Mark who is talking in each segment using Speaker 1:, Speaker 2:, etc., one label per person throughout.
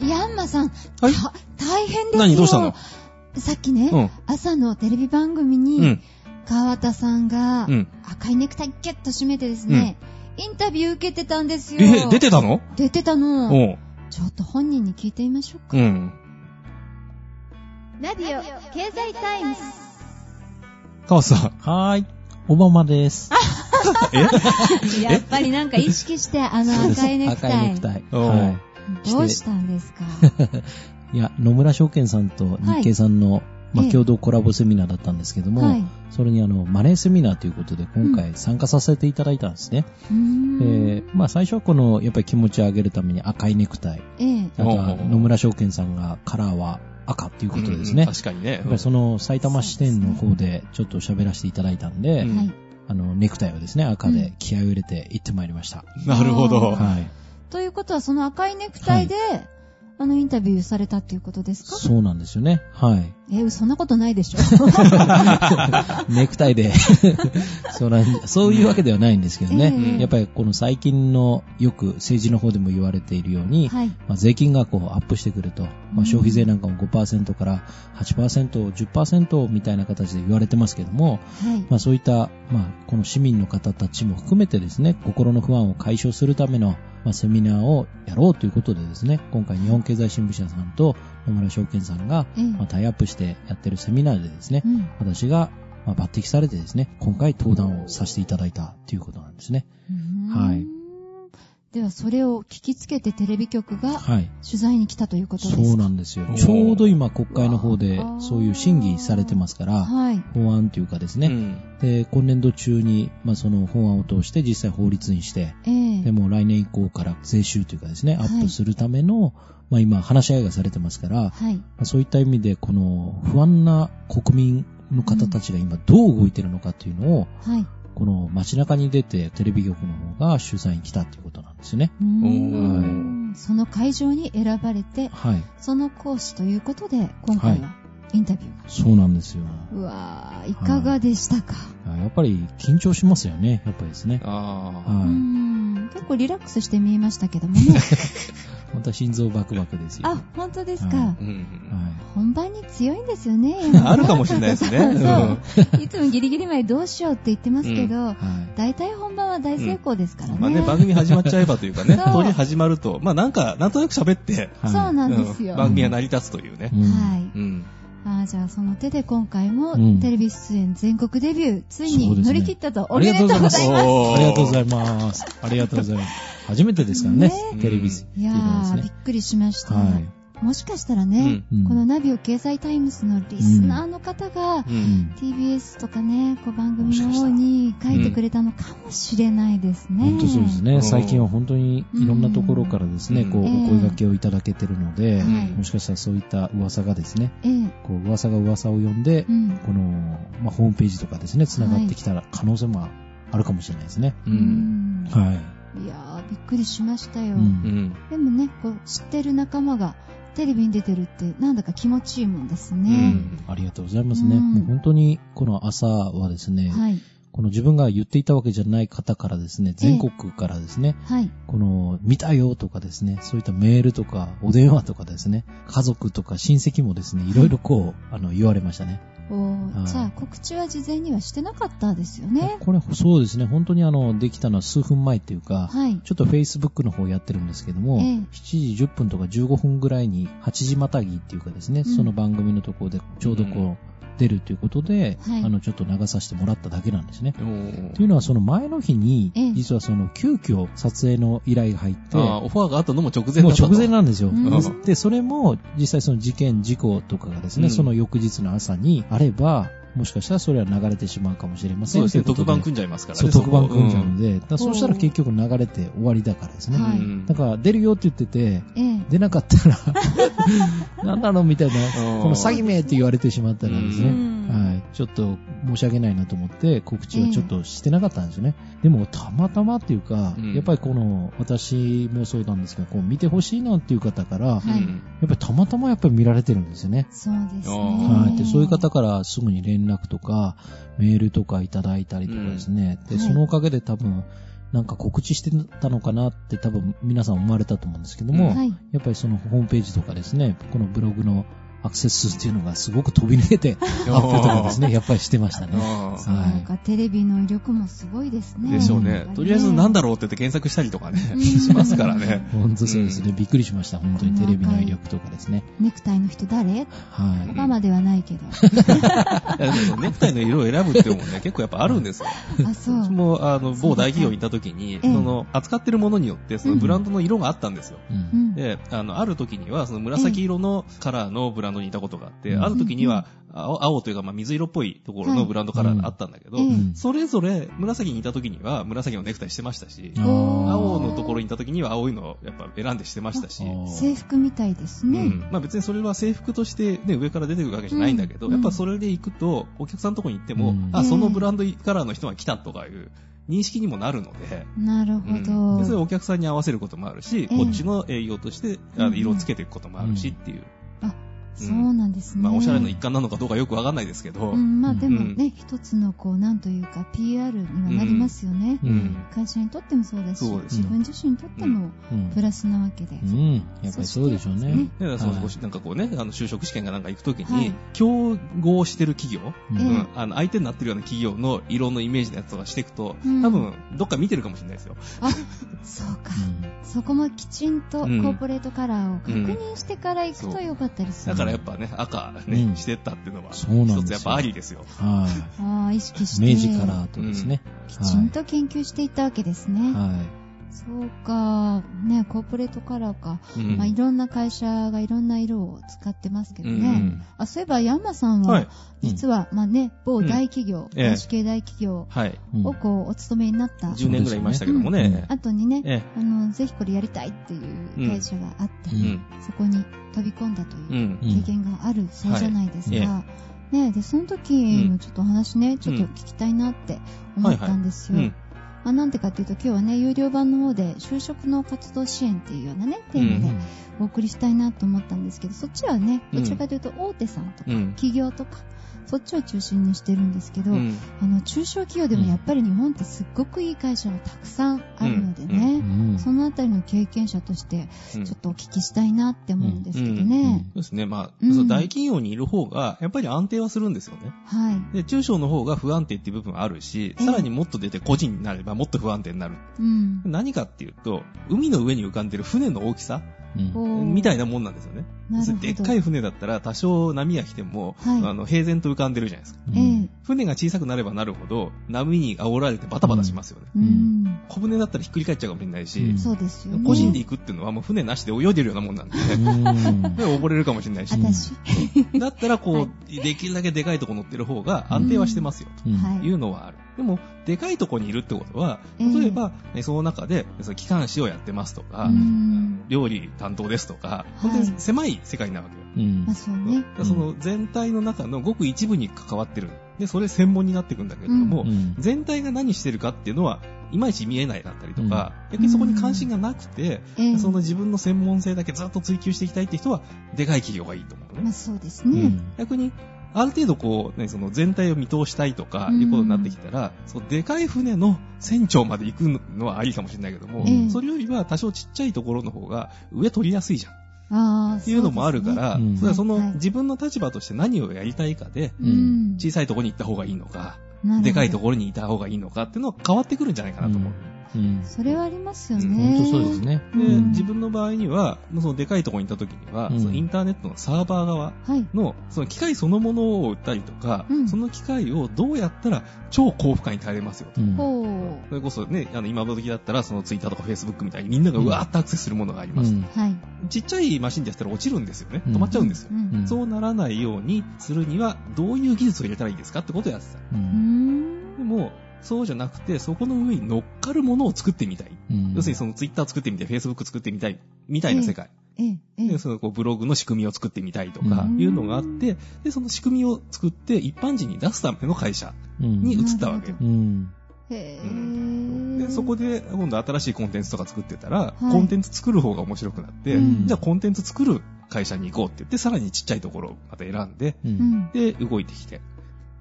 Speaker 1: 村さん、
Speaker 2: はい
Speaker 1: た大変ですよ。
Speaker 2: 何どうしたの
Speaker 1: さっきね、
Speaker 2: うん
Speaker 1: 朝のテレビ番組に、
Speaker 2: うん。
Speaker 1: 川田さんが、
Speaker 2: うん
Speaker 1: 赤いネクタイギュッと締めてですね、インタビュー受けてたんですよ。
Speaker 2: え、出てたの
Speaker 1: 出てたの。
Speaker 2: おう。
Speaker 1: ちょっと本人に聞いてみましょうか。
Speaker 2: うん。
Speaker 3: ラディオ経済タイムズ
Speaker 2: 川瀬さん。
Speaker 4: はーい。オバマです。
Speaker 2: え
Speaker 1: やっぱりなんか意識して、あの赤いネク
Speaker 4: 赤
Speaker 1: タ
Speaker 4: い
Speaker 1: イ
Speaker 4: ネク。タイ。
Speaker 2: おう
Speaker 4: は
Speaker 1: どうしたんですか
Speaker 4: い。いや、野村証券さんと日経さんの、ま
Speaker 1: え
Speaker 4: あ、
Speaker 1: え
Speaker 4: 共同コラボセミナーだったんですけども、
Speaker 1: はい。う
Speaker 4: それにあの、マネーセミナーということで今
Speaker 1: う
Speaker 4: 回参加させていただいたんですね。
Speaker 1: ーん。
Speaker 4: えーまあ最初はこの、やっぱり気持ちを上げるために赤いネクタイ。
Speaker 1: ええ。
Speaker 4: あと
Speaker 2: おうおうお
Speaker 4: は
Speaker 2: う
Speaker 4: 野村証券さんがカラーは赤っていうことです
Speaker 2: うん
Speaker 4: ね。
Speaker 2: 確かにね。
Speaker 4: やっぱりその埼玉支店の方でちょっと喋らせていただいたんで、
Speaker 2: うん
Speaker 1: はい。
Speaker 4: あの、ネクタイをですね、赤
Speaker 1: うん
Speaker 4: で気合を入れて行ってまいりました。
Speaker 2: なるほ
Speaker 1: あ
Speaker 2: ど。
Speaker 4: はい。
Speaker 1: ということは、その赤いネクタイで、あの、インタビューされたっていうことですか
Speaker 4: そうなんですよね。はい。
Speaker 1: え、そんなことないでしょ
Speaker 4: ネクタイで そうなん、そういうわけではないんですけどね。
Speaker 1: ええ
Speaker 4: やっぱりこの最近のよく政治の方でも言われているように、
Speaker 1: はい。
Speaker 4: まあ、税金がこうアップしてくると、まあ、消費税なんかも5%から8%、10%みたいな形で言われてますけども、
Speaker 1: はい。
Speaker 4: まあ、そういった、まあ、この市民の方たちも含めてですね、心の不安を解消するための、まあ、セミナーをやろうということでですね、今回日本経済新聞社さんと野村証券さんが、
Speaker 1: ええ
Speaker 4: まあ、タイアップしてやってるセミナーでですね
Speaker 1: う、ん。
Speaker 4: 私が、まあ、抜擢されてですね、今回登壇をさせていただいたということなんですね。はいう
Speaker 1: ーん。では、それを聞きつけてテレビ局が
Speaker 4: はい。
Speaker 1: 取材に来たということですか
Speaker 4: そうなんですよ
Speaker 2: お。ー
Speaker 4: ちょうど今国会の方で
Speaker 1: あー
Speaker 4: そういう審議されてますから、
Speaker 1: はい。
Speaker 4: 法案というかです
Speaker 2: う
Speaker 4: ね、
Speaker 2: ん。
Speaker 4: で今年度中に、まあ、その法案を通して実際法律にして、
Speaker 1: ええ。
Speaker 4: でもう来年以降から税収というかですね、
Speaker 1: は
Speaker 4: ア
Speaker 1: い
Speaker 4: ップするための、まあ今話し合いがされてますから、ま
Speaker 1: はい。
Speaker 4: あそういった意味でこの不安な国民の方たちが今どう動いてるのかというのを、
Speaker 1: はい。
Speaker 4: この街中に出てテレビ局の方が取材に来たということなんですよね。
Speaker 1: うーんその会場に選ばれて、
Speaker 4: はい。
Speaker 1: その講師ということで、今回ははインタビューが。
Speaker 4: そうなんですよ。
Speaker 1: うわー、いかがでしたか、
Speaker 4: あやっぱり緊張しますよね、やっぱりですね。
Speaker 2: あ
Speaker 1: うー
Speaker 4: は
Speaker 1: ん結構リラックスして見えましたけど もね。
Speaker 4: い。また心臓バクバクですよ。
Speaker 1: あ、本当ですか。
Speaker 4: は
Speaker 2: あ。うん。
Speaker 4: は
Speaker 1: 本番に強いんですよね。
Speaker 2: あるかもしれないですね
Speaker 1: そう。いつもギリギリまでどうしようって言ってますけど、
Speaker 4: い。はい。
Speaker 1: 大体本番は大成功ですからね。
Speaker 2: まあね、番組始まっちゃえばというかね、
Speaker 1: そう
Speaker 2: 当に始まると、まあなんか、なんとなく喋って、
Speaker 4: はい
Speaker 1: そうなんですよ。
Speaker 2: うん番組が成り立つというね。
Speaker 4: うん
Speaker 1: はい。
Speaker 2: うん。
Speaker 1: あーじゃあその手で今回も
Speaker 4: うん
Speaker 1: テレビ出演全国デビュー、つい
Speaker 4: そう
Speaker 1: に
Speaker 4: です
Speaker 1: 乗
Speaker 4: ね
Speaker 1: り切ったと。お
Speaker 4: あ
Speaker 1: め
Speaker 4: り
Speaker 1: でと
Speaker 4: がと
Speaker 1: う
Speaker 4: う
Speaker 1: ご
Speaker 4: ご
Speaker 1: ざ
Speaker 4: ざ
Speaker 1: いま
Speaker 4: います
Speaker 2: お
Speaker 4: す。
Speaker 2: ー
Speaker 4: ありがとうございます。ありがとうございます。初めてですからね
Speaker 1: ね、
Speaker 4: テレビって
Speaker 1: い
Speaker 4: いう
Speaker 1: や
Speaker 4: のは
Speaker 1: ー、
Speaker 4: で
Speaker 1: びっ
Speaker 4: すね。
Speaker 1: くりしました。
Speaker 4: はい。
Speaker 1: もしかしたらね、
Speaker 4: うん
Speaker 1: このナビオ経済タイムズのリスナーの方が、
Speaker 2: う。
Speaker 4: うんん
Speaker 1: TBS とかね、こう番組の方に書いてくれたのかもしれないですね。
Speaker 4: 本当そうです
Speaker 2: うん
Speaker 4: ね。最近は本当にいろんなところからですね、
Speaker 2: うん
Speaker 4: こう、お
Speaker 1: ええ
Speaker 4: 声掛けをいただけてるので
Speaker 1: は、い
Speaker 4: もしかしたらそういった噂がですね、
Speaker 1: ええ、
Speaker 4: こう、噂が噂を呼んで
Speaker 1: う、ん。
Speaker 4: この、まあ、ホームページとかですね、繋がってきたら可能性もあるかもしれないですね。
Speaker 2: う。
Speaker 1: うんん
Speaker 4: はい。
Speaker 1: いやー、びっくりしましたよ。
Speaker 4: うん
Speaker 2: うん。
Speaker 1: でもね、こう、知ってる仲間がテレビに出てるって、なんだか気持ちいいもんです
Speaker 2: う
Speaker 1: ね。
Speaker 2: ん
Speaker 4: ありがとうございますね。
Speaker 1: うん
Speaker 4: もう本当に、この朝はですね、
Speaker 1: はい、
Speaker 4: この自分が言っていたわけじゃない方からですね、全国からですね、
Speaker 1: はい。
Speaker 4: この、見たよとかですね、そういったメールとか、お電話とかですね、家族とか親戚もですね、いろいろこう、あの、言われましたね。
Speaker 1: おー
Speaker 4: はい
Speaker 1: じゃあ、告知は事前にはしてなかったですよね。
Speaker 4: これ、そうですね、本当にあの、できたのは数分前っていうか、
Speaker 1: はい。
Speaker 4: ちょっと Facebook の方やってるんですけども、
Speaker 1: ええ
Speaker 4: 7時10分とか15分ぐらいに8時またぎっていうかですね、
Speaker 1: うん
Speaker 4: その番組のところでちょうどこう、
Speaker 2: うん
Speaker 4: 出るということで、
Speaker 1: はい
Speaker 4: あの、ちょっと流させてもらっただけなんですね。
Speaker 2: おー
Speaker 4: というのはその前の日に
Speaker 1: ええ、
Speaker 4: 実はその急遽撮影の依頼が入って、
Speaker 2: ああ、オファーがあったのも直前だ
Speaker 4: もう
Speaker 2: ったと
Speaker 4: 直前なんですよ。
Speaker 1: うん
Speaker 4: で、それも実際その事件、事故とかがですね、
Speaker 2: うん
Speaker 4: その翌日の朝にあれば、もしかしたらそれは流れてしまうかもしれませ
Speaker 2: そ
Speaker 4: ん
Speaker 2: うですね。
Speaker 4: というこ
Speaker 2: 特
Speaker 4: と
Speaker 2: 番組んじゃいますからね。
Speaker 4: そう、
Speaker 2: そこ
Speaker 4: 特番組んじゃうので、だから
Speaker 1: おー
Speaker 4: そうしたら結局流れて終わりだからですね。
Speaker 1: はい
Speaker 2: うん
Speaker 4: だから出るよって言ってて、
Speaker 1: ええ。
Speaker 4: 出なかったら、なんなのみたいな、
Speaker 2: ん
Speaker 4: この詐欺名って言われてしまったらですね、
Speaker 1: うん
Speaker 4: はい、ちょっと申し訳ないなと思って告知はちょっとしてなかったんですよね。でもたまたまっていうか、
Speaker 2: うん
Speaker 4: やっぱりこの私もそうなんですけど、こう見てほしいなっていう方から、やっ
Speaker 1: はい
Speaker 2: うん
Speaker 4: ぱりたまたまやっぱり見られてるんですよね。
Speaker 1: そうですね。
Speaker 2: あ
Speaker 4: はい。で、そういう方からすぐに連絡とか、メールとかいただいたりとかですね。
Speaker 1: うん
Speaker 4: で、そのおかげで多分、なんか告知してたのかなって多分皆さん思われたと思うんですけど
Speaker 2: う
Speaker 4: も、
Speaker 2: ん
Speaker 1: はい。
Speaker 4: やっぱりそのホームページとかですね、このブログのアクセス数っていうのがすごく飛び抜けてアップとかですね、やっぱりしてましたね。
Speaker 2: あ
Speaker 1: そう
Speaker 4: はい
Speaker 1: なんかテレビの威力もすごいです
Speaker 2: ー
Speaker 1: ね。
Speaker 2: でしょう
Speaker 1: やっ
Speaker 2: ね
Speaker 1: ぱ。り
Speaker 2: とりあえずなんだろうって言って検索したりとかね、
Speaker 1: うん
Speaker 2: しますからね。
Speaker 4: 本当そうですね、
Speaker 2: うん
Speaker 4: びっくりしました。本当にテレビの威力とかですね。
Speaker 1: ネクタイの人誰
Speaker 4: は
Speaker 1: オ
Speaker 4: い。
Speaker 1: バマではないけど。
Speaker 2: いやでもネクタイの色を選ぶっていうのもね、結構やっぱあるんですよ。
Speaker 1: あ、そう
Speaker 2: 私。も、あの、某大企業にいた時に、
Speaker 1: ええ
Speaker 2: その、扱ってるものによって、そのブランドの色があったんですよ。
Speaker 4: う。
Speaker 1: うんん。
Speaker 2: で、あの、ある時には、その紫色のカラーのブランドにいたことがあって、
Speaker 4: うん
Speaker 2: ある時には、青青というか、まあ、水色っぽいところのブランドカラーがあったんだけど、
Speaker 1: はいうん
Speaker 4: うん
Speaker 2: それぞれ、紫にいた時には、紫のネクタイしてましたし、
Speaker 4: あー
Speaker 2: 青のところにいた時には、青いのをやっぱ選んでしてましたし、
Speaker 4: あ
Speaker 1: 制服みたいです
Speaker 2: う
Speaker 1: ね。
Speaker 2: んまあ、別にそれは制服として、ね、上から出てくるわけじゃないんだけど、
Speaker 1: うん
Speaker 2: やっぱそれで行くと、お客さんのとこに行っても、
Speaker 4: うん
Speaker 2: あ、そのブランドカラーの人が来たとかいう認識にもなるので、
Speaker 1: なるほ
Speaker 2: うんでそれを
Speaker 1: ど。
Speaker 2: お客さんに合わせることもあるし、
Speaker 1: ええ
Speaker 2: こっちの営業としてあ
Speaker 1: うん
Speaker 2: の色をつけていくこともあるしっていう、
Speaker 1: そうなんですね。
Speaker 2: まあ、おしゃれの一環なのかどうかよくわかんないですけど、
Speaker 1: うん、まあでも
Speaker 2: うん
Speaker 1: ね、一つのこう、なんというか、PR にはなりますよね。
Speaker 4: うん
Speaker 2: うん
Speaker 1: 会社にとってもそうだし、
Speaker 2: そうです
Speaker 4: ね
Speaker 1: 自分自身にとっても
Speaker 4: うん
Speaker 1: プラスなわけで。
Speaker 4: うん。やっぱりそうでしょうね。
Speaker 2: でその
Speaker 4: はい
Speaker 2: なんかこうね、あの就職試験がなんか行くときに、
Speaker 1: はい
Speaker 2: 競合してる企業、
Speaker 4: う
Speaker 1: ええ
Speaker 2: うんあの相手になってるような企業の色のイメージのやつとかしていくと、
Speaker 1: うん
Speaker 2: 多分どっか見てるかもしれないですよ。
Speaker 1: そうか。
Speaker 4: うん
Speaker 1: そこもきちんとコ
Speaker 2: うん
Speaker 1: ーポレートカラーを確認してから行く
Speaker 2: そ
Speaker 1: と
Speaker 2: う
Speaker 1: よかったりする。
Speaker 2: だからやっぱね、赤ね、
Speaker 4: うん
Speaker 2: してったっていうのは、
Speaker 4: そうなんですよ
Speaker 2: 一つやっぱありですよ。
Speaker 4: は
Speaker 1: ああ、意識し
Speaker 4: い。
Speaker 1: て。
Speaker 4: 明治カラーとですね。
Speaker 1: きちんと研究していったわけですね。
Speaker 4: は
Speaker 1: そうか。ね、コーポレートカラーか。
Speaker 2: うん
Speaker 1: まあ、いろんな会社がいろんな色を使ってますけどね。
Speaker 2: う
Speaker 4: い。うんん
Speaker 1: あそういえば、ヤンマさんは、
Speaker 2: はい
Speaker 1: 実は、まあね、某大企業、
Speaker 2: ええ
Speaker 1: 外資系大企業
Speaker 2: はい。
Speaker 4: うん
Speaker 1: をこう、お勤めになった
Speaker 4: じゅ
Speaker 2: 10年ぐらいいましたけどもね。
Speaker 1: 後にね、
Speaker 2: ええ
Speaker 1: あの、ぜひこれやりたいっていう会社があって、
Speaker 2: う
Speaker 4: う
Speaker 2: ん。。
Speaker 1: そこに飛び込んだといううん経験があるそうじゃないですか。
Speaker 2: はい
Speaker 1: ね、で、その時のちょっとお話ね、ちょっと聞きたいなって思ったんです
Speaker 2: う
Speaker 1: よ。
Speaker 2: ん。
Speaker 1: まあ、なんてかっていうと今日はね有料版の方で就職の活動支援っていうようなねテーマ
Speaker 4: う
Speaker 1: で
Speaker 4: ん
Speaker 1: お送りしたいなと思ったんですけどそっちはね
Speaker 2: うん
Speaker 1: どちらかというと大手さんとか
Speaker 2: うん。
Speaker 1: 企業とかそっちを中心にしてるんですけど、
Speaker 2: うん
Speaker 1: あの中小企業でもやっぱり日本ってすっごくいい会社がたくさんあるので
Speaker 4: う
Speaker 1: ね、
Speaker 4: ん
Speaker 1: そのあたりの経験者として
Speaker 2: うん
Speaker 1: ちょっとお聞きしたいなって思うんですけど
Speaker 4: う
Speaker 1: ね、
Speaker 4: ん
Speaker 2: そうですね。まあ、
Speaker 1: うん
Speaker 2: その大企業にいる方が、やっぱり安定はするんですよね。
Speaker 1: はい
Speaker 2: で、中小の方が不安定っていう部分あるし、
Speaker 1: ええ
Speaker 2: さらにもっと出て個人になればもっと不安定になる。
Speaker 1: うん
Speaker 2: 何かっていうと、海の上に浮かんでる船の大きさ
Speaker 4: うん
Speaker 1: こう
Speaker 2: みたいなもんなんですよね。
Speaker 1: なるほど
Speaker 2: でっかい船だったら多少波が来ても、
Speaker 1: はい
Speaker 2: あの平然と浮かんでるじゃないですか。
Speaker 4: うん
Speaker 1: ええ
Speaker 2: 船が小さくなればなるほど、波に煽られてバタバタしますよね。
Speaker 1: うん、
Speaker 2: 小船だったらひっくり返っちゃうかもしれないし、
Speaker 4: うん
Speaker 1: そうですよね
Speaker 2: 個人で行くっていうのはもう船なしで泳いでるようなもんなんで、
Speaker 4: うん
Speaker 2: で溺れるかもしれないし、
Speaker 1: 私、
Speaker 2: だったらこう、できるだけでかいとこ乗ってる方が安定はしてますよ、
Speaker 4: うん
Speaker 1: は
Speaker 2: というのはある。でも、でかいとこにいるってことは、
Speaker 1: ええ
Speaker 2: 例えば、ねその中で、その機関士をやってますとか、
Speaker 4: うん
Speaker 1: うん
Speaker 2: 料理担当ですとか、
Speaker 1: はい
Speaker 2: 本当に狭い世界なわけよ。
Speaker 4: うん
Speaker 1: まあそうね
Speaker 2: だからその全体の中のごく一部に関わってる。で、それ専門になってくんだけれども、
Speaker 4: うん
Speaker 2: 全体が何してるかっていうのは、いまいち見えないだったりとか、逆にそこに関心がなくて、
Speaker 1: ええ
Speaker 2: その自分の専門性だけずっと追求していきたいって人は、でかい企業がいいと思うのね
Speaker 1: まあ。そうです
Speaker 4: う
Speaker 1: ね。
Speaker 4: ん
Speaker 2: 逆に、ある程度こう、ね、その全体を見通したいとか、
Speaker 1: うん
Speaker 2: いうことになってきたら、そのでかい船の船長まで行くのはありかもしれないけども、
Speaker 1: ええ
Speaker 2: それよりは多少ちっちゃいところの方が上取りやすいじゃんっ
Speaker 1: ああ、
Speaker 2: ていうのもあるから、そ,、
Speaker 4: そうですねうん
Speaker 2: れはそ
Speaker 1: はい
Speaker 2: の自分の立場として何をやりたいかで、
Speaker 1: そうですね、うん
Speaker 2: 小さいところに行った方がいいのか、
Speaker 1: なるほど
Speaker 2: でかいところにいた方がいいのかっていうのは変わってくるんじゃないかなと思う。
Speaker 4: うん
Speaker 1: それはありますよね。
Speaker 4: 本当そうですね。
Speaker 2: で、
Speaker 1: うん
Speaker 2: 自分の場合には、そのでかいところにいた時には、
Speaker 4: うん
Speaker 2: そのインターネットのサーバー側
Speaker 1: はい。
Speaker 2: の、その機械そのものを売ったりとか、
Speaker 1: うん
Speaker 2: その機械をどうやったら超高負荷に耐えれますよと。
Speaker 4: うん
Speaker 1: ほう。
Speaker 2: それこそね、あの、今の時だったら、そのツイッターとかフェイスブックみたいにみんなが
Speaker 4: うん
Speaker 2: うわーっとアクセスするものがあり
Speaker 4: う
Speaker 2: ます。
Speaker 4: ん
Speaker 1: はい。
Speaker 2: ちっちゃいマシンでやったら落ちるんですよね。
Speaker 4: うん
Speaker 2: 止まっちゃうんですよ。
Speaker 1: ん
Speaker 4: うん
Speaker 2: そうならないようにするには、どういう技術を入れたらいいですかってことをやってた。
Speaker 4: う
Speaker 1: うんん。
Speaker 2: でも、そうじゃなくて、そこの上に乗っかるものを作ってみたい。
Speaker 4: うん
Speaker 2: 要するにそのツイッター作ってみたい、フェイスブック作ってみたい、みたいな世界。
Speaker 1: ええ、え
Speaker 2: で
Speaker 1: え。
Speaker 2: そのこうブログの仕組みを作ってみたいとか
Speaker 1: うん
Speaker 2: いうのがあって、で、その仕組みを作って一般人に出すための会社
Speaker 4: うん
Speaker 2: に移ったわけよ。
Speaker 4: うん
Speaker 1: へ
Speaker 2: う
Speaker 1: え。
Speaker 2: で、そこで今度新しいコンテンツとか作ってたら、
Speaker 1: はい
Speaker 2: コンテンツ作る方が面白くなって、
Speaker 1: うん
Speaker 2: じゃあコンテンツ作る会社に行こうって言って、さらにちっちゃいところをまた選んで、
Speaker 4: う
Speaker 1: うんん。
Speaker 2: で、動いてきて。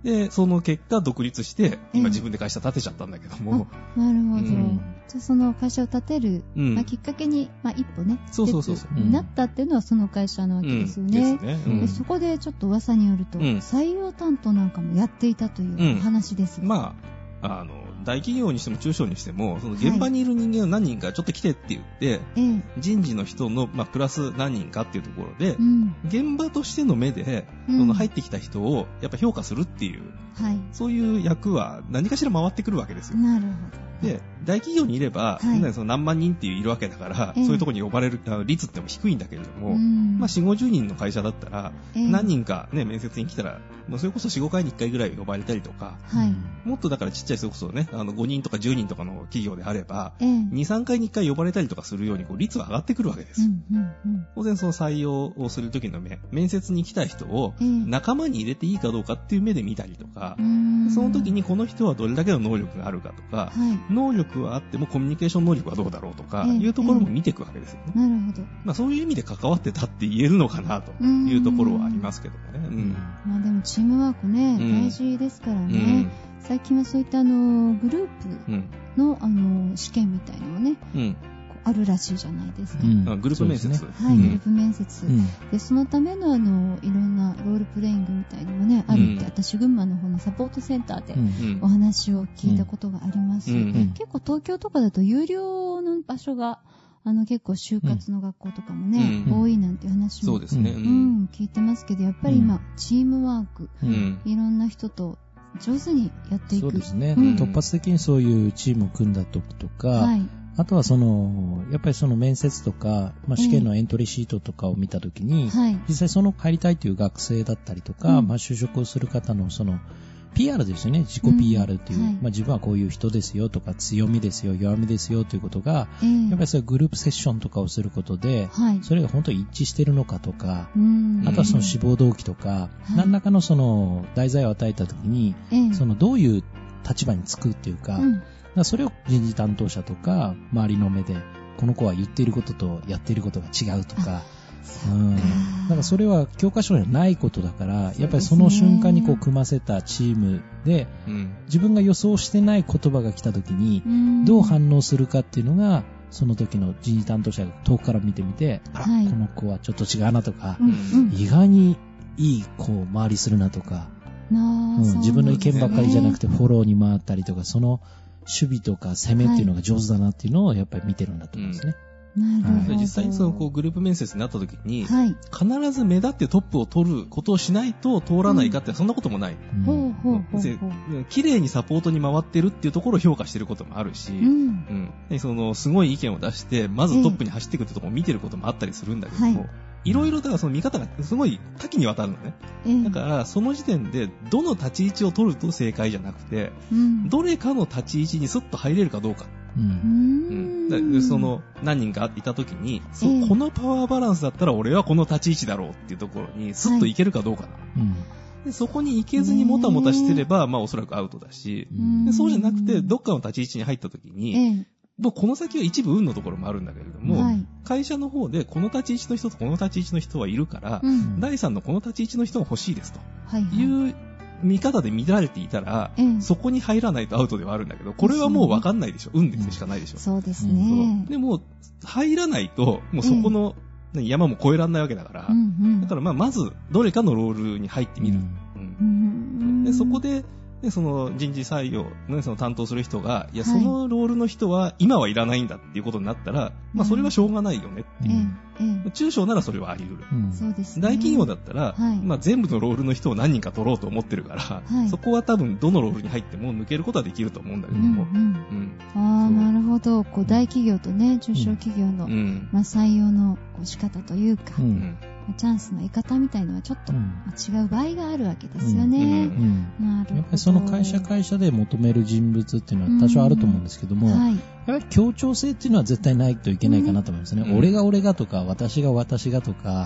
Speaker 2: で、その結果独立して、
Speaker 1: ええ
Speaker 2: 今自分で会社建てちゃったんだけども、
Speaker 1: なるほど。
Speaker 2: うん
Speaker 1: じゃあその会社を建てる、
Speaker 2: うん
Speaker 1: まあ、きっかけに、まあ、一歩ね、
Speaker 2: そうそうそう
Speaker 1: ス
Speaker 2: そう
Speaker 1: テップになったっていうのはその会社なわけ
Speaker 2: うん
Speaker 1: ですよね。
Speaker 2: ですね。
Speaker 4: う
Speaker 2: うん
Speaker 1: で
Speaker 2: ん
Speaker 1: そこでちょっと噂によると、
Speaker 2: うん
Speaker 1: 採用担当なんかもやっていたというお話ですよ。
Speaker 2: まあ、あの、大企業にしても中小にしても、その現場にいる人間を何人かちょっと来てって言って、
Speaker 1: ええ。
Speaker 2: 人事の人の、まあ、プラス何人かっていうところで
Speaker 1: う、ん。
Speaker 2: 現場としての目で、
Speaker 1: うん
Speaker 2: その入ってきた人をやっぱ評価するっていう、
Speaker 1: はい。
Speaker 2: そういう役は何かしら回ってくるわけですよ。
Speaker 1: なる
Speaker 2: で、大企業にいれ
Speaker 1: は
Speaker 2: ば、
Speaker 1: い
Speaker 2: みんなその何万人っていういるわけだから、
Speaker 1: ええ
Speaker 2: そういうところに呼ばれるあ率っても低いんだけれど
Speaker 1: ほ
Speaker 2: も、
Speaker 1: ど。ん
Speaker 2: まあ、4、50人の会社だったら、
Speaker 1: ええ
Speaker 2: 何人かね、面接に来たら、まあそれこそ4、5回に1回ぐらい呼ばれたりとか、
Speaker 1: はい。
Speaker 2: もっとだからちっちゃい、それこそね、あの5人とか10人とかの企業であれば、
Speaker 1: ええ。
Speaker 2: 2、3回に1回呼ばれたりとかするように、こう、率は上がってくるわけです
Speaker 1: う
Speaker 2: よ。
Speaker 1: んうんうん。
Speaker 2: 当然その採用をするときの目、面接に来た人を
Speaker 1: ええ
Speaker 2: 仲間に入れていいかどうかっていう目で見たりとか
Speaker 1: う、ん
Speaker 2: その時に、この人はどれだけの能力があるかとか、
Speaker 1: はい。
Speaker 2: 能力はあってもコミュニケーション能力はどうだろうとか、
Speaker 1: ええ
Speaker 2: いうところも見ていくわけですよね。
Speaker 1: なるほど。
Speaker 2: まあそういう意味で関わってたって言えるのかなというところはありますけどもね。うん。
Speaker 1: まあでもチームワークね、
Speaker 2: うん
Speaker 1: 大事ですから
Speaker 2: うん。
Speaker 1: ね。最近はそういったあの、グループ
Speaker 2: うん。
Speaker 1: のあの、試験みたいのもね、
Speaker 2: うん。
Speaker 1: こうあるらしいじゃないですか。
Speaker 4: うん
Speaker 2: あグループ面接。
Speaker 4: そう
Speaker 1: はい、
Speaker 2: う
Speaker 1: グルー
Speaker 2: ん
Speaker 1: プ面接。
Speaker 4: うん
Speaker 1: で、そのためのあの、いろんなロールプレイングみたいのもね、あるって、
Speaker 2: うん
Speaker 1: 私、群馬の方のサポートセンターで
Speaker 4: う
Speaker 2: う
Speaker 4: ん
Speaker 2: ん
Speaker 1: お話を聞いたことがあります。
Speaker 2: うん
Speaker 4: うん
Speaker 1: 結構東京とかだと有料の場所が、あの結構就活の学校とかもね、
Speaker 2: うん
Speaker 1: 多いなんていう話も、
Speaker 2: そうですね。
Speaker 4: う
Speaker 2: う。
Speaker 1: うんん、聞いてますけど、やっぱり今、
Speaker 4: うん
Speaker 1: チームワーク、
Speaker 2: う
Speaker 4: うん
Speaker 2: ん。
Speaker 1: いろんな人と上手にやっていく。
Speaker 4: そうですね、
Speaker 1: うん
Speaker 4: 突発的にそういうチームを組んだ時とか、
Speaker 1: はい。
Speaker 4: あとはその、やっぱりその面接とか、まあ、試験のエントリーシートとかを見たときに、
Speaker 1: はい。
Speaker 4: 実際その帰りたいという学生だったりとか、
Speaker 1: うん
Speaker 4: まあ、就職をする方のその PR ですよね、自己 PR っていう、
Speaker 1: うんはい
Speaker 4: まあ、自分はこういう人ですよとか、強みですよ、弱みですよということが、
Speaker 1: ええ
Speaker 4: やっぱりそういうグループセッションとかをすることで、
Speaker 1: はい。
Speaker 4: それが本当に一致してるのかとか、
Speaker 1: うん
Speaker 4: あとはその志望動機とか、
Speaker 1: はい
Speaker 4: 何らかのその題材を与えたときに、
Speaker 1: ええ
Speaker 4: そのどういう立場につくっていうか、
Speaker 1: うん
Speaker 4: だからそれを人事担当者とか、周りの目で、この子は言っていることとやっていることが違うとか、うん。なんかそれは教科書にはないことだから、やっぱりその瞬間にこう組ませたチームで、
Speaker 2: うん。
Speaker 4: 自分が予想してない言葉が来た時に、どう反応するかっていうのが、その時の人事担当者が遠くから見てみて、あら、
Speaker 1: はい
Speaker 4: この子はちょっと違うなとか
Speaker 1: う、んうん
Speaker 4: 意外にいい子を回りするなとか、
Speaker 1: なあ
Speaker 4: うん
Speaker 1: そう
Speaker 4: 自分の意見ばっかりじゃなく
Speaker 1: て。
Speaker 4: てフォローに回ったりとか、その守備とか攻めっていうのが上手だなっていうのをやっぱり見てるんだと思うんですね。
Speaker 1: なるほど。
Speaker 2: で実際にそのこうグループ面接になった時に、
Speaker 1: はい。
Speaker 2: 必ず目立ってトップを取ることをしないと通らないかって、そんなこともない。
Speaker 4: うん
Speaker 1: ほうほうほう
Speaker 2: で
Speaker 1: ほう。
Speaker 2: 綺麗にサポートに回ってるっていうところを評価してることもあるし、
Speaker 1: うん。
Speaker 2: うんでそのすごい意見を出して、まずトップに走っていくってところを見てることもあったりするんだけども、
Speaker 1: はい
Speaker 2: い、ろいろだからその見方がすごい多岐にわたるのね。
Speaker 1: ええ
Speaker 2: だからその時点でどの立ち位置を取ると正解じゃなくて、
Speaker 1: うん
Speaker 2: どれかの立ち位置にスッと入れるかどうか。
Speaker 4: う
Speaker 1: うん
Speaker 2: うん
Speaker 1: ん
Speaker 2: だからそ、の何人かいた時に、そ
Speaker 1: ええ
Speaker 2: このパワーバランスだったら俺はこの立ち位置だろうっていうところにスッといけるかどうかな。
Speaker 4: うん
Speaker 2: でそこに行けずにもたもたしてれば、まあおそらくアウトだし、
Speaker 4: うん
Speaker 2: でそうじゃなくて、どっかの立ち位置に入った時に、
Speaker 1: ええ
Speaker 2: もうこの先は一部運のところもあるんだけれども、
Speaker 1: はい
Speaker 2: 会社の方でこの立ち位置の人とこの立ち位置の人はいるから、
Speaker 1: うん
Speaker 2: 第3のこの立ち位置の人が欲しいですと
Speaker 1: はいはい
Speaker 2: いう見方で見られていたら、
Speaker 1: ええ
Speaker 2: そこに入らないとアウトではあるんだけど、これはもう分かんないでしょ。運でしかないでしょ。
Speaker 1: そうです
Speaker 2: そう
Speaker 1: ね。
Speaker 2: でも、入らないと、もうそこの何山も越えられないわけだから、
Speaker 1: うんうん
Speaker 2: だからまあまずどれかのロールに入ってみる。うん
Speaker 1: うん
Speaker 2: でそこで、ね、その人事採用のその担当する人が、いや、
Speaker 1: は
Speaker 2: そ
Speaker 1: い
Speaker 2: のロールの人は今はいらないんだっていうことになったら、まあそれはしょうがないよね。
Speaker 4: う
Speaker 1: ええ
Speaker 4: ん
Speaker 1: ええ
Speaker 2: 中小ならそれはあり得る。
Speaker 4: うん
Speaker 1: そうですね。
Speaker 2: 大企業だったら、
Speaker 1: はい
Speaker 2: まあ全部のロールの人を何人か取ろうと思ってるから、
Speaker 1: はい
Speaker 2: そこは多分どのロールに入っても抜けることはできると思うんだけ
Speaker 1: う
Speaker 2: ど
Speaker 1: んう
Speaker 2: も。
Speaker 1: ん。
Speaker 2: うん。
Speaker 1: ああ、
Speaker 2: そう
Speaker 1: なるほど。こう大企業とね、中小企業の、
Speaker 2: うん。
Speaker 1: まあ、採用のこう仕方というか、
Speaker 4: う
Speaker 2: うんん。
Speaker 1: チャンスの得方みたいのはちょっと、
Speaker 4: う
Speaker 1: ま
Speaker 4: ん
Speaker 1: あ違う場合があるわけですよね。
Speaker 2: うん
Speaker 4: うん
Speaker 1: なるほど。
Speaker 4: やっぱりその会社会社で求める人物っていうのは多少あると思うんですけども、
Speaker 1: はい。
Speaker 4: やっぱり協調性っていうのは絶対ないといけないかなと思いますね。
Speaker 2: うん
Speaker 4: 俺が俺がとか、私が私がと
Speaker 1: はい
Speaker 4: か、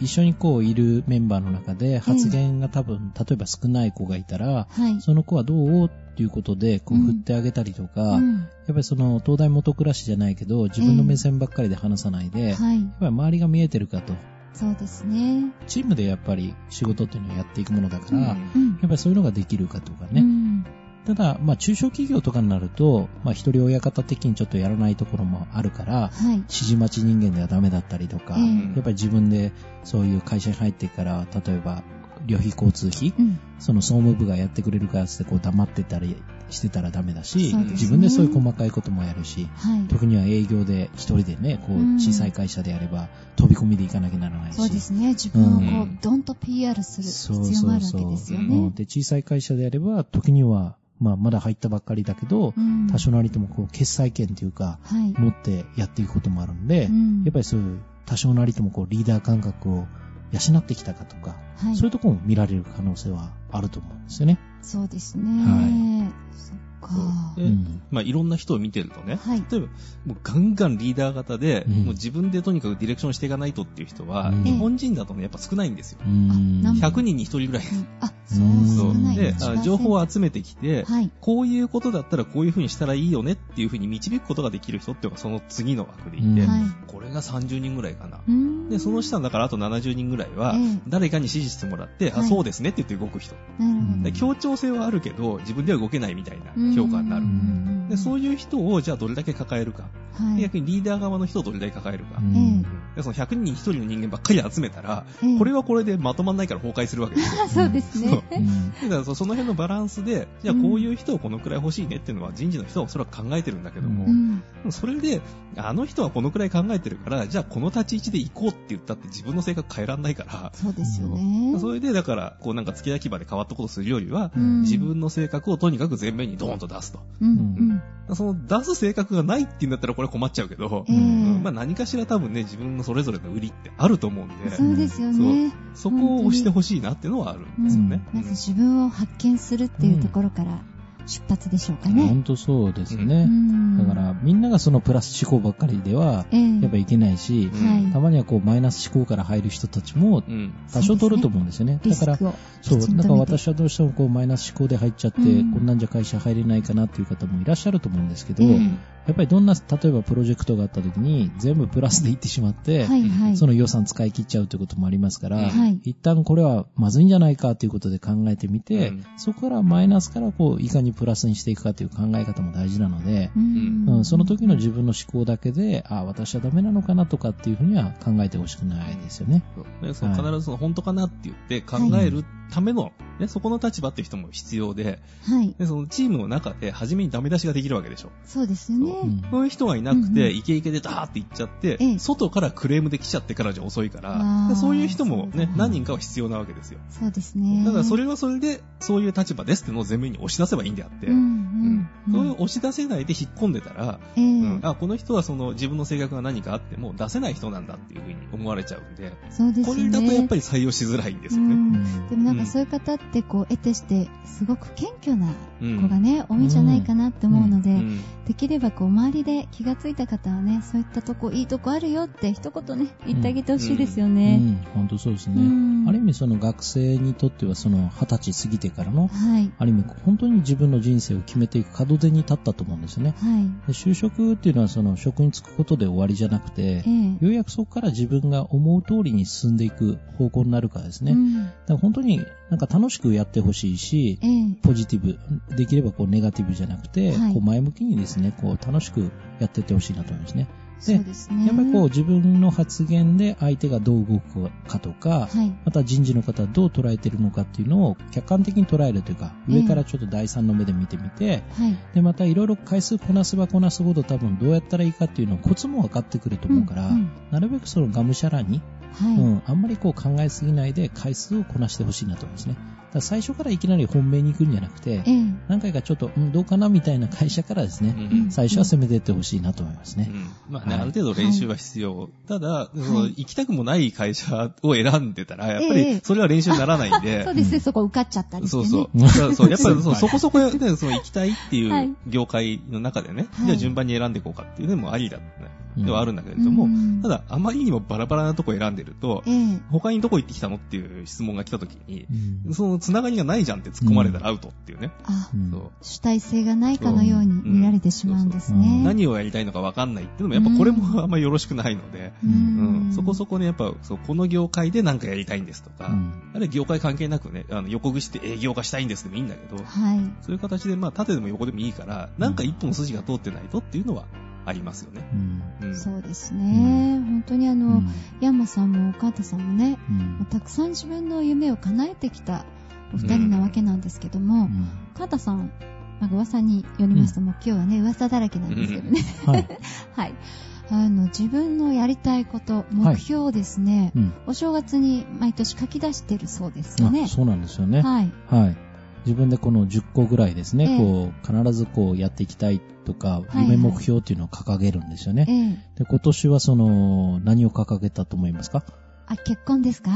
Speaker 4: 一緒にこういるメンバーの中で発言が多分、例えば少ない子がいたら、
Speaker 1: はい。
Speaker 4: その子はどうっていうことで、こう
Speaker 1: うん
Speaker 4: 振ってあげたりとか、
Speaker 1: う
Speaker 4: やっ
Speaker 1: ん
Speaker 4: ぱりその東大元暮らしじゃないけど、自分の目線ばっかりで話さないで、やっ
Speaker 1: はい。
Speaker 4: ぱり周りが見えてるかと。
Speaker 1: そうですね。
Speaker 4: チームでやっぱり仕事っていうのをやっていくものだから、やっ
Speaker 1: うん
Speaker 4: ぱ。りそういうのができるかとか
Speaker 1: う
Speaker 4: ね。
Speaker 1: ん
Speaker 4: ただ、まあ中小企業とかになると、まあ一人親方的にちょっとやらないところもあるから、
Speaker 1: はい。
Speaker 4: 指示待ち人間ではダメだったりとか、
Speaker 1: ええ
Speaker 4: やっぱり自分でそういう会社に入ってから、例えば旅費交通費、
Speaker 1: うん。
Speaker 4: その総務部がやってくれるからっつってこう黙ってたりしてたらダメだし、
Speaker 1: そうですね
Speaker 4: 自分でそういう細かいこともやるし、
Speaker 1: はい。
Speaker 4: 特には営業で一人でね、こう
Speaker 1: うん
Speaker 4: 小さい会社でやれば飛び込みで行かなきゃならないし。
Speaker 1: そうですね。自分をこ
Speaker 2: う、
Speaker 1: うんどんと PR する
Speaker 4: そう
Speaker 1: 必要もあるわ
Speaker 4: そう
Speaker 1: け
Speaker 4: そう
Speaker 1: ですよ
Speaker 4: う
Speaker 1: ね
Speaker 4: ん。で、小さい会社でやれば、時には、まあまだ入ったばっかりだけど、
Speaker 1: うん
Speaker 4: 多少なりともこう決済権というか、
Speaker 1: はい。
Speaker 4: 持ってやっていくこともあるんで、
Speaker 1: うん
Speaker 4: やっぱりそういう多少なりともこうリーダー感覚を養ってきたかとか、
Speaker 1: はい
Speaker 4: そういうところも見られる可能性はあると思うんですよね。
Speaker 1: そうですね。
Speaker 4: は
Speaker 1: そっか。
Speaker 2: で
Speaker 4: うん
Speaker 2: まあ、いろんな人を見てるとね、
Speaker 1: はい。
Speaker 2: 例えば、もうガンガンリーダー型で、
Speaker 4: うん
Speaker 2: もう自分でとにかくディレクションしていかないとっていう人は、
Speaker 4: うん
Speaker 2: 日本人だとね、やっぱ少ないんですよ。
Speaker 4: うん
Speaker 1: あ
Speaker 2: 100人に1人ぐらい。
Speaker 1: うんあ、
Speaker 4: う
Speaker 1: そ
Speaker 4: ん
Speaker 1: う、
Speaker 2: そ
Speaker 1: 少な
Speaker 2: う。
Speaker 1: い。
Speaker 2: で、
Speaker 1: 1%
Speaker 2: あ情報を集めてきて、
Speaker 1: はい。
Speaker 2: こういうことだったらこういう風にしたらいいよねっていう風に導くことができる人っていうのがその次の枠でいて、
Speaker 4: うん
Speaker 1: はい。
Speaker 2: これが30人ぐらいかな。
Speaker 1: うん
Speaker 2: で、その下だからあと70人ぐらいは
Speaker 1: ええ、
Speaker 2: 誰かに指示してもらって、
Speaker 1: は
Speaker 2: あ、
Speaker 1: い
Speaker 2: そうですねって言って動く人。
Speaker 1: なるほど
Speaker 2: で協調性はあるけど、自分では動けないみたいな評価になる
Speaker 1: う。ん
Speaker 2: で、そういう人をじゃあどれだけ抱えるか。
Speaker 1: はい。
Speaker 2: で逆にリーダー側の人をどれだけ抱えるか。
Speaker 4: うん
Speaker 1: え
Speaker 2: でその100人に1人の人間ばっかり集めたら、
Speaker 1: ええ
Speaker 2: これはこれでまとまんないから崩壊するわけですよ。
Speaker 1: あそうですね。
Speaker 4: うん
Speaker 2: だからそその辺のバランスで、じゃあこういう人をこのくらい欲しいねっていうのは人事の人はおそらく考えてるんだけども、
Speaker 1: う。
Speaker 4: うん
Speaker 2: それで、あの人はこのくらい考えてるから、じゃあこの立ち位置で行こうって言ったって自分の性格変えらんないから、
Speaker 1: そうですよね。
Speaker 2: それでだから、こうなんか付け焼き場で変わったことするよりは、
Speaker 1: うん
Speaker 2: 自分の性格をとにかく前面にドーンと出すと。
Speaker 1: うんうん。
Speaker 2: その出す性格がないって言うんだったらこれ困っちゃうけど、
Speaker 1: ええ
Speaker 2: うんまあ何かしら多分ね、自分のそれぞれの売りってあると思うんで、
Speaker 1: そうですよね。
Speaker 2: そこを押してほしいなっていうのはあるんですよね。
Speaker 1: まず自分を発見するっていうところから出発でしょうかね。
Speaker 4: 本当そうです
Speaker 1: う
Speaker 4: ね。
Speaker 1: ん
Speaker 4: だか、ら、みんながそのプラス思考ばっかりでは、
Speaker 1: ええ
Speaker 4: やっぱいけないし
Speaker 2: う、
Speaker 1: は
Speaker 2: ん
Speaker 1: い。
Speaker 4: たまにはこうマイナス思考から入る人たちも
Speaker 2: うんうん
Speaker 4: 多少取ると思うんですよね。
Speaker 1: リ
Speaker 4: だ
Speaker 1: ス
Speaker 4: から
Speaker 1: ク、を
Speaker 4: そ
Speaker 1: き
Speaker 4: う、
Speaker 1: ちん
Speaker 4: だから
Speaker 1: と見て。
Speaker 4: 私はどうしてもこうマイナス思考で入っちゃって、
Speaker 1: うん
Speaker 4: こんなんじゃ会社入れないかなっていう方もいらっしゃると思うんですけど、
Speaker 1: ええ
Speaker 2: うん
Speaker 4: やっぱりどんな、例えばプロジェクトがあった時に全部プラスでいってしまって、
Speaker 1: はいはい。
Speaker 4: その予算使い切っちゃうということもありますから、
Speaker 1: はい
Speaker 4: 一旦これはまずいんじゃないかということで考えてみて、
Speaker 2: うん
Speaker 4: そこからマイナスからこういかにプラスにしていくかという考え方も大事なので、
Speaker 1: うん
Speaker 4: うんその時の自分の思考だけで、あ私はダメなのかなとかっていうふうには考えてほしくないですよね。
Speaker 2: ね、その
Speaker 4: はい
Speaker 2: 必ずその本当かなって言って考えるための、ね、そこの立場っていう人も必要で
Speaker 1: はい。
Speaker 2: で、そのチームの中で初めにダメ出しができるわけでしょ。
Speaker 1: そうですよね。
Speaker 4: うん
Speaker 2: そういう人がいなくて、
Speaker 1: うんうん
Speaker 2: イケイケでダーって行っちゃって、
Speaker 1: ええ
Speaker 2: 外からクレームで来ちゃってからじゃ遅いか
Speaker 1: あ
Speaker 2: ら
Speaker 1: ー、
Speaker 2: でそういう人も
Speaker 1: そうだ
Speaker 2: ね、何人かは必要なわけですよ。
Speaker 1: そうですね。
Speaker 2: だからそ
Speaker 1: れ
Speaker 2: れはそれで、そういう立場ですってのを前面に押し出せばいいんであって、
Speaker 1: うんうん
Speaker 2: そうれ
Speaker 1: ん
Speaker 2: を押し出せないで引っ込んでたら、
Speaker 1: ええ
Speaker 2: うんあこの人はその自分の性格が何かあっても出せない人なんだっていうふうに思われちゃうんで、
Speaker 1: そうです
Speaker 2: こ
Speaker 1: よ
Speaker 2: れ
Speaker 1: ね。
Speaker 2: だとやっぱり採用しづらいんですよ
Speaker 1: う
Speaker 2: ね。
Speaker 1: んでもなんかそういう方ってこう得てしてすごく謙虚な
Speaker 2: うん
Speaker 1: 子がね、多いんじゃないかなって思うので、
Speaker 2: うん
Speaker 1: できればこう周りで気がついた方はねそういったとこいいとこあるよって一言ね言ってあげてほしいですよ
Speaker 4: う
Speaker 1: ね。
Speaker 4: ん、本当そうですね。
Speaker 1: うん
Speaker 4: ある意味その学生にとってはその20歳過ぎてからの、
Speaker 1: はい
Speaker 4: ある意味本当に自分の人生を決めていく門出に立ったと思うんですね。
Speaker 1: はい
Speaker 4: で就職っていうのはその職に就くことで終わりじゃなくて
Speaker 1: え、え
Speaker 4: ようやくそこから自分が思う通りに進んでいく方向になるからですね。
Speaker 1: う
Speaker 4: だ
Speaker 1: ん
Speaker 4: から本当になんか楽しくやってほしいし、
Speaker 1: ええ
Speaker 4: ポジティブ、できればこうネガティブじゃなくて、
Speaker 1: はい
Speaker 4: こう前向きにですね、こう楽しくやっていってほしいなと思いますね。
Speaker 1: そうですね。
Speaker 4: やっぱりこう自分の発言で相手がどう動くかとか、
Speaker 1: はい
Speaker 4: また人事の方はどう捉えてるのかっていうのを客観的に捉えるというか、
Speaker 1: ええ
Speaker 4: 上からちょっと第三の目で見てみて、
Speaker 1: はい
Speaker 4: で、またいろいろ回数こなせばこなすほど多分どうやったらいいかっていうのをコツも分かってくると思うから、
Speaker 1: うんうん
Speaker 4: なるべくそのがむしゃらに、
Speaker 1: はい、
Speaker 4: うん、あんまりこう考えすぎないで回数をこなしてほしいなと思うんですね。だから最初からいきなり本命に行くんじゃなくて、
Speaker 1: ええ
Speaker 4: 何回かちょっと、うん、どうかなみたいな会社からですね、
Speaker 2: うん
Speaker 4: 最初は攻めていってほしいなと思いますね。
Speaker 2: うんまあね、
Speaker 4: はい
Speaker 2: ある程度練習は必要。ただ、その
Speaker 1: はい
Speaker 2: 行きたくもない会社を選んでたら、やっぱりそれは練習にならないん で。
Speaker 1: そうですね、そこ受かっちゃったりして
Speaker 2: そ
Speaker 1: ね。
Speaker 2: うそう。
Speaker 4: ね
Speaker 2: だ からそう、やっぱり
Speaker 4: 先
Speaker 2: そう
Speaker 4: 輩
Speaker 2: そこそこ、ね、その行きたいって
Speaker 1: はいいう
Speaker 2: 業界の中でね、
Speaker 1: はい
Speaker 2: じゃあ順番に選んでいこうかっていうのもありだ、ね
Speaker 4: うん
Speaker 2: ではあるんだけれども、
Speaker 1: うん
Speaker 2: ただ、あまりにもバラバラなとこ選んでると、
Speaker 1: ええ
Speaker 2: 他にどこ行ってきたのっていう質問が来た時に、
Speaker 4: うん
Speaker 2: そのつながりがないじゃんって突っ込まれたらアウトっていうね。
Speaker 1: あ
Speaker 4: う、ん
Speaker 2: そう
Speaker 1: 主体性がないかのように見られてしまうんです
Speaker 4: うん
Speaker 1: ね。
Speaker 2: 何をやりたいのか分かんないっていうのも、やっぱこれもあんまりよろしくないので、うんそこそこね、やっぱそうこの業界で何かやりたいんですとか、
Speaker 4: うん
Speaker 2: あるいは業界関係なくね、あの横串って営業化したいんですでもいいんだけど、
Speaker 1: はい。
Speaker 2: そういう形で、まあ、縦でも横でもいいから、なんか一本筋が通ってないとっていうのはありますよね。
Speaker 4: うん
Speaker 2: うん。
Speaker 1: そうですね。本当にあ
Speaker 4: う
Speaker 1: の、
Speaker 4: ん
Speaker 1: ヤンマさんもカータさんもね、
Speaker 4: うん
Speaker 1: たくさん自分の夢を叶えてきたお二人なわけなんですけども、
Speaker 4: うん
Speaker 1: カータさん、まあ、噂によりますと、もう今日はね、噂だらけなんですけどね。
Speaker 4: はい。
Speaker 1: はい。あの、自分のやりたいこと、
Speaker 4: はい
Speaker 1: 目標をですね、
Speaker 4: うん
Speaker 1: お正月に毎年書き出してるそうですよね
Speaker 4: あ。そうなんですよね。
Speaker 1: はい。
Speaker 4: はい。自分でこの10個ぐらいですね、
Speaker 1: ええ
Speaker 4: こう、必ずこうやっていきたいとか、
Speaker 1: いはい
Speaker 4: 夢目標っていうのを掲げるんですよね。
Speaker 1: ええ。
Speaker 4: で、今年はその、何を掲げたと思い ますか
Speaker 1: あ、結婚です か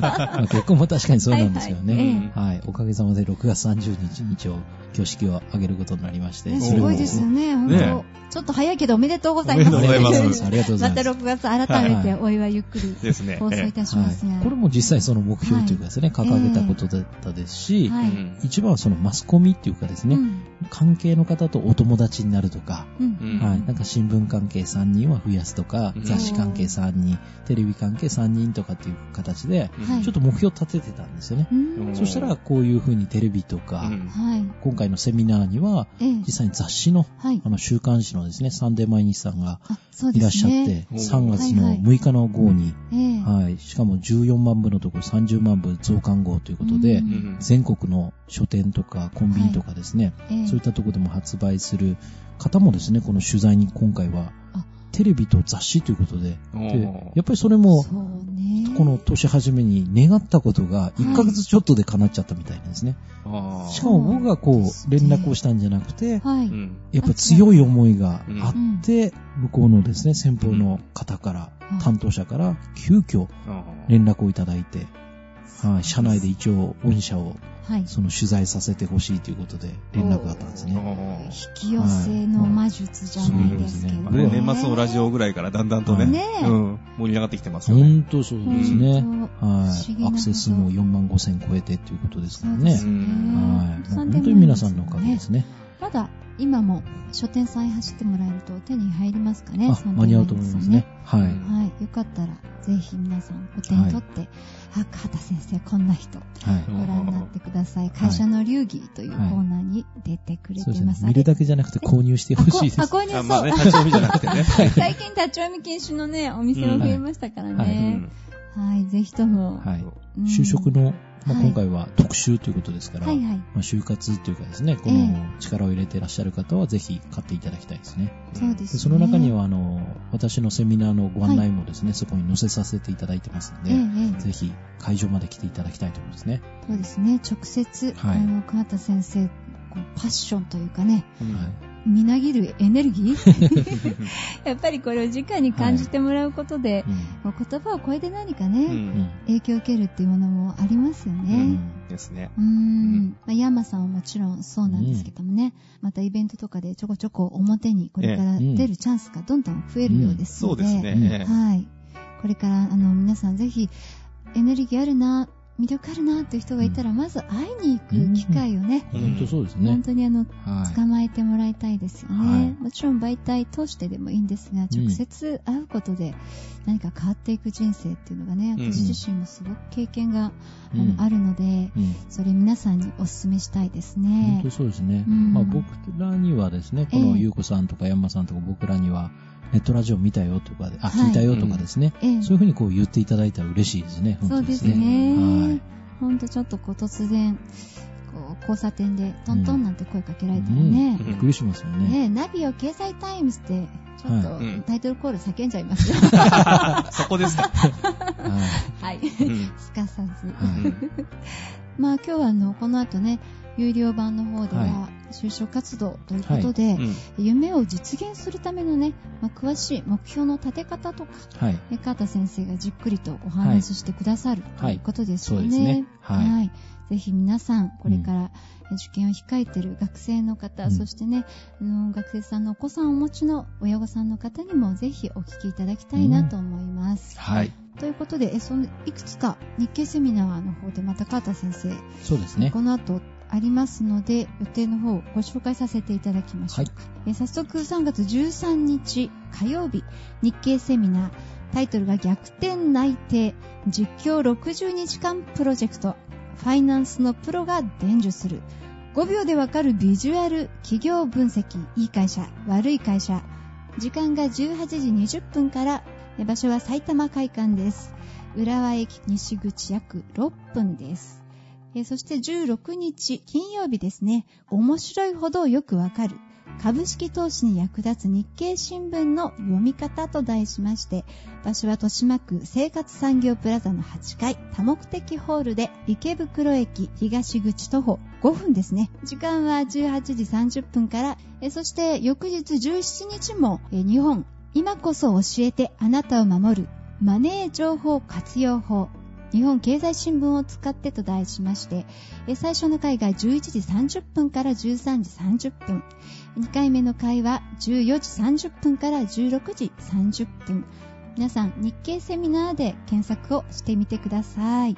Speaker 4: まあ結婚も確かにそうなんですよね。
Speaker 1: は
Speaker 4: は
Speaker 1: は
Speaker 4: いい、
Speaker 1: いええ
Speaker 4: おかげさまで6月30日に一応、挙式を挙げることになりまして。
Speaker 1: ね
Speaker 4: そ
Speaker 1: す
Speaker 4: れも
Speaker 1: ごいですよね、本当、
Speaker 2: ね
Speaker 1: ちょっと早いけどおめでとうございます。
Speaker 2: おめでとうございます
Speaker 4: ありがとうござい
Speaker 1: ま
Speaker 4: ま
Speaker 1: た
Speaker 4: す。
Speaker 1: 6月改めてお祝いゆっくり
Speaker 2: ですね。
Speaker 1: 放送いたしますが。
Speaker 4: はい、これも実際その目標というかですね、
Speaker 1: い
Speaker 4: 掲げたことだったですし、
Speaker 1: は
Speaker 2: ええ
Speaker 1: い
Speaker 2: うん
Speaker 4: 一番はそのマスコミっていうかですね、
Speaker 1: うん
Speaker 4: 関係の方とお友達になるとか、
Speaker 1: うん
Speaker 2: うん
Speaker 4: はい、なんか新聞関係3人は増やすとか、
Speaker 2: うん
Speaker 4: 雑誌関係3人、テレビ関係3人とかっていう形で、
Speaker 2: うん
Speaker 1: はい
Speaker 4: ちょっと目標立ててたんですよね。
Speaker 1: うん
Speaker 4: そしたら、こういう風にテレビとか、
Speaker 2: うん
Speaker 1: はい。
Speaker 4: 今回のセミナーには、
Speaker 1: ええ
Speaker 4: 実際に雑誌の、
Speaker 1: はい
Speaker 4: あ。の、週刊誌のですね、サンデー毎日さんが
Speaker 1: あ、そう
Speaker 4: い
Speaker 1: ですね。
Speaker 4: らっしゃって、
Speaker 2: そうですね
Speaker 4: 3月
Speaker 1: は
Speaker 4: の
Speaker 1: いはい
Speaker 4: 6日の号に、
Speaker 1: ええ
Speaker 4: はい、しかも14万部のところ30万部増刊号ということで、
Speaker 1: う
Speaker 2: うんん
Speaker 4: 全国の書店とかコンビニとかですね、
Speaker 1: ええ
Speaker 4: そういったところでも発売する方もですね、この取材に今回は
Speaker 1: あ、
Speaker 4: テレビと雑誌ということで、
Speaker 2: お
Speaker 4: で
Speaker 2: ー
Speaker 4: やっぱりそれも、
Speaker 1: そうね。
Speaker 4: この年初めに願ったことが
Speaker 1: い
Speaker 4: 1ヶ月ちょっとで叶っちゃったみたいなんですね。
Speaker 2: あー
Speaker 4: しかも僕がこ
Speaker 1: そうです
Speaker 4: う
Speaker 1: ね
Speaker 4: 連絡をしたんじゃなくて、
Speaker 1: はい。
Speaker 2: うん
Speaker 4: やっぱ強い思いがあ
Speaker 1: うん
Speaker 4: って、向こうのですね、先方の方から
Speaker 1: うん、
Speaker 4: 担当者から急遽
Speaker 2: あー
Speaker 4: 連絡をいただいて、はい、社内で一応御社を
Speaker 1: はい。
Speaker 4: その取材させてほしいということで連絡があったんですね。
Speaker 2: あー
Speaker 1: 引き寄せの魔術じゃないですけど、
Speaker 4: は
Speaker 2: ね
Speaker 4: い
Speaker 1: ね。
Speaker 2: 年末のラジオぐらいからだんだんとね、
Speaker 1: ねえ
Speaker 2: うん、盛り上がってきてますよ
Speaker 4: ほ
Speaker 2: ね。
Speaker 4: んとそうですね。
Speaker 1: 本当
Speaker 4: は
Speaker 1: 不思議
Speaker 4: い。
Speaker 1: なこと
Speaker 4: アクセス数も4万5千超えてっていうことですから
Speaker 1: そうで
Speaker 4: ね
Speaker 1: す。
Speaker 2: ね
Speaker 4: はい。
Speaker 1: 3.5
Speaker 4: 本当に皆さんのおかげですね。
Speaker 1: まだ今も書店さんへ走ってもらえると手に入りますかね。
Speaker 4: あ、
Speaker 1: 3.5
Speaker 4: 間に合うと思いますね。。はい。
Speaker 2: うん
Speaker 1: はい。よかったら、ぜひ皆さんお手に取って、あ、畑先生こんな人、
Speaker 4: は
Speaker 1: ご覧になってください。会社の流儀というコーナーに出てく
Speaker 4: い。
Speaker 1: れ
Speaker 4: そ
Speaker 1: て
Speaker 4: うです
Speaker 1: ま
Speaker 4: ね。
Speaker 1: す。
Speaker 4: 見るだけじゃなくて購入して
Speaker 1: あ
Speaker 4: ほ
Speaker 1: こ
Speaker 4: しいで
Speaker 1: あ、
Speaker 4: す。
Speaker 1: 購入
Speaker 2: あ
Speaker 1: そう。
Speaker 2: まあね、立ち読みじゃなくて ね。
Speaker 1: 最近立ち読み禁止のね、お店も増えましたから
Speaker 4: は
Speaker 2: う
Speaker 1: ね。
Speaker 2: ん
Speaker 1: はい。ぜひとも。
Speaker 4: はい。
Speaker 1: うん
Speaker 4: 就職の、まあ
Speaker 1: はい
Speaker 4: 今回は特集ということですから、
Speaker 1: は
Speaker 4: ま
Speaker 1: いはい。
Speaker 4: あ就活というかですね、こ
Speaker 1: え
Speaker 4: の力を入れてらっしゃる方はぜひ買っていただきたいですね。
Speaker 1: そうです
Speaker 4: で
Speaker 1: ね。
Speaker 4: その中には、あの、私のセミナーのご案内もですね、そこに載せさせていただいてますの
Speaker 1: ええ、え
Speaker 4: で、
Speaker 1: え
Speaker 4: ぜひ会場まで来ていただきたいと思いますね。
Speaker 1: そうですね。直接、
Speaker 4: はい
Speaker 1: あの、川田先生、こうパッションというかね、
Speaker 2: うん
Speaker 4: はい。
Speaker 1: みなぎるエネルギーやっぱりこれを直に感じてもらうことで、
Speaker 4: う
Speaker 1: もう言葉を超えて何か
Speaker 2: う
Speaker 1: ね、
Speaker 4: ん。
Speaker 2: ん
Speaker 1: 影響を受けるっていうものもありますよ
Speaker 4: う
Speaker 1: ね。
Speaker 4: ん
Speaker 2: ですね。
Speaker 1: うーん
Speaker 2: うん
Speaker 1: まあ、ヤンマさんはもちろんそうなんですけどもね、またイベントとかでちょこちょこ表にこれから
Speaker 4: ええ
Speaker 1: 出るチャンスがどんどん増えるようです
Speaker 2: そ
Speaker 1: の
Speaker 2: う
Speaker 1: で、
Speaker 2: です
Speaker 4: うん
Speaker 2: ね。
Speaker 1: はい。これから、あの、皆さんぜひ、エネルギーあるな、魅力あるな、という人がいたら、まず会いに行く機会をね、
Speaker 4: 本当そうです
Speaker 1: 本
Speaker 4: ね。
Speaker 1: 当にあの、
Speaker 4: はい。
Speaker 1: 捕まえてもらいたいですよ
Speaker 4: は
Speaker 1: ね。
Speaker 4: い
Speaker 1: もちろん媒体通してでもいいんですが、直接会うことで何か変わっていく人生っていうのがね、
Speaker 2: うん
Speaker 1: 私自身もすごく経験があ
Speaker 4: うん
Speaker 1: のあるので、
Speaker 4: うん
Speaker 1: それ皆さんにお勧めしたいです
Speaker 4: 本
Speaker 1: ね
Speaker 4: 当。そうですね。
Speaker 1: うん
Speaker 4: まあ僕らにはですね、こ
Speaker 1: え
Speaker 4: の
Speaker 1: え
Speaker 4: ゆうこさんとか山さんとか僕らには、ネットラジオ見たよとかで、あ、
Speaker 1: はい
Speaker 4: 聞いたよとかですね、
Speaker 1: ええ
Speaker 4: そういうふうにこう言っていただいたら嬉しいですね。本
Speaker 1: そう
Speaker 4: 当
Speaker 1: で
Speaker 4: ですす
Speaker 1: ね。
Speaker 4: ね。はい。
Speaker 1: ほんとちょっとこう突然、こう交差点でトントンなんて声かけられたらね、
Speaker 2: うん
Speaker 4: びっくりしますよね。
Speaker 1: ねナビを掲載タイムズって、ちょっ
Speaker 4: は
Speaker 1: と
Speaker 2: いうん
Speaker 1: タイトルコール叫んじゃいますよ。
Speaker 2: そこですか。
Speaker 4: はい。
Speaker 1: はい。
Speaker 2: うん
Speaker 1: すかさず。
Speaker 4: はい
Speaker 1: まあ今日はあの、この後ね、有料版の方では
Speaker 4: は
Speaker 1: 就職活動ということで、
Speaker 2: うん
Speaker 1: 夢を実現するためのね、まあ、詳しい目標の立て方とか、
Speaker 4: はい。
Speaker 1: ね川田先生がじっくりとお話ししてくださる、
Speaker 4: はい
Speaker 1: ということです
Speaker 4: そ
Speaker 1: よ
Speaker 4: う
Speaker 1: ね。
Speaker 4: ですね。
Speaker 1: は、
Speaker 4: はいい。
Speaker 1: ぜひ皆さん、これからえ受験を控えている学生の方、
Speaker 4: うん
Speaker 1: そしてね、あの学生さんのお子さんをお持ちの親御さんの方にも、ぜひお聞きいただきたいなと思います。
Speaker 4: はい。
Speaker 1: ということで、えそのいくつか日経セミナーの方でまた川田先生、
Speaker 4: そうですね。
Speaker 1: この後ありますので、予定の方をご紹介させていただきましょう。
Speaker 4: はい
Speaker 1: えー早速3月13日火曜日、日経セミナー、タイトルが逆転内定、実況60日間プロジェクト、ファイナンスのプロが伝授する。5秒でわかるビジュアル、企業分析、いい会社、悪い会社。時間が18時20分から、えー場所は埼玉会館です。浦和駅西口約6分です。えーそして16日金曜日ですね、面白いほどよくわかる。株式投資に役立つ日経新聞の読み方と題しまして、場所は豊島区生活産業プラザの8階多目的ホールで池袋駅東口徒歩5分ですね。時間は18時30分から、えーそして翌日17日も、えー日本今こそ教えてあなたを守るマネー情報活用法日本経済新聞を使ってと題しまして、えー最初の回が11時30分から13時30分、2回目の回は14時30分から16時30分。皆さん、日経セミナーで検索をしてみてください。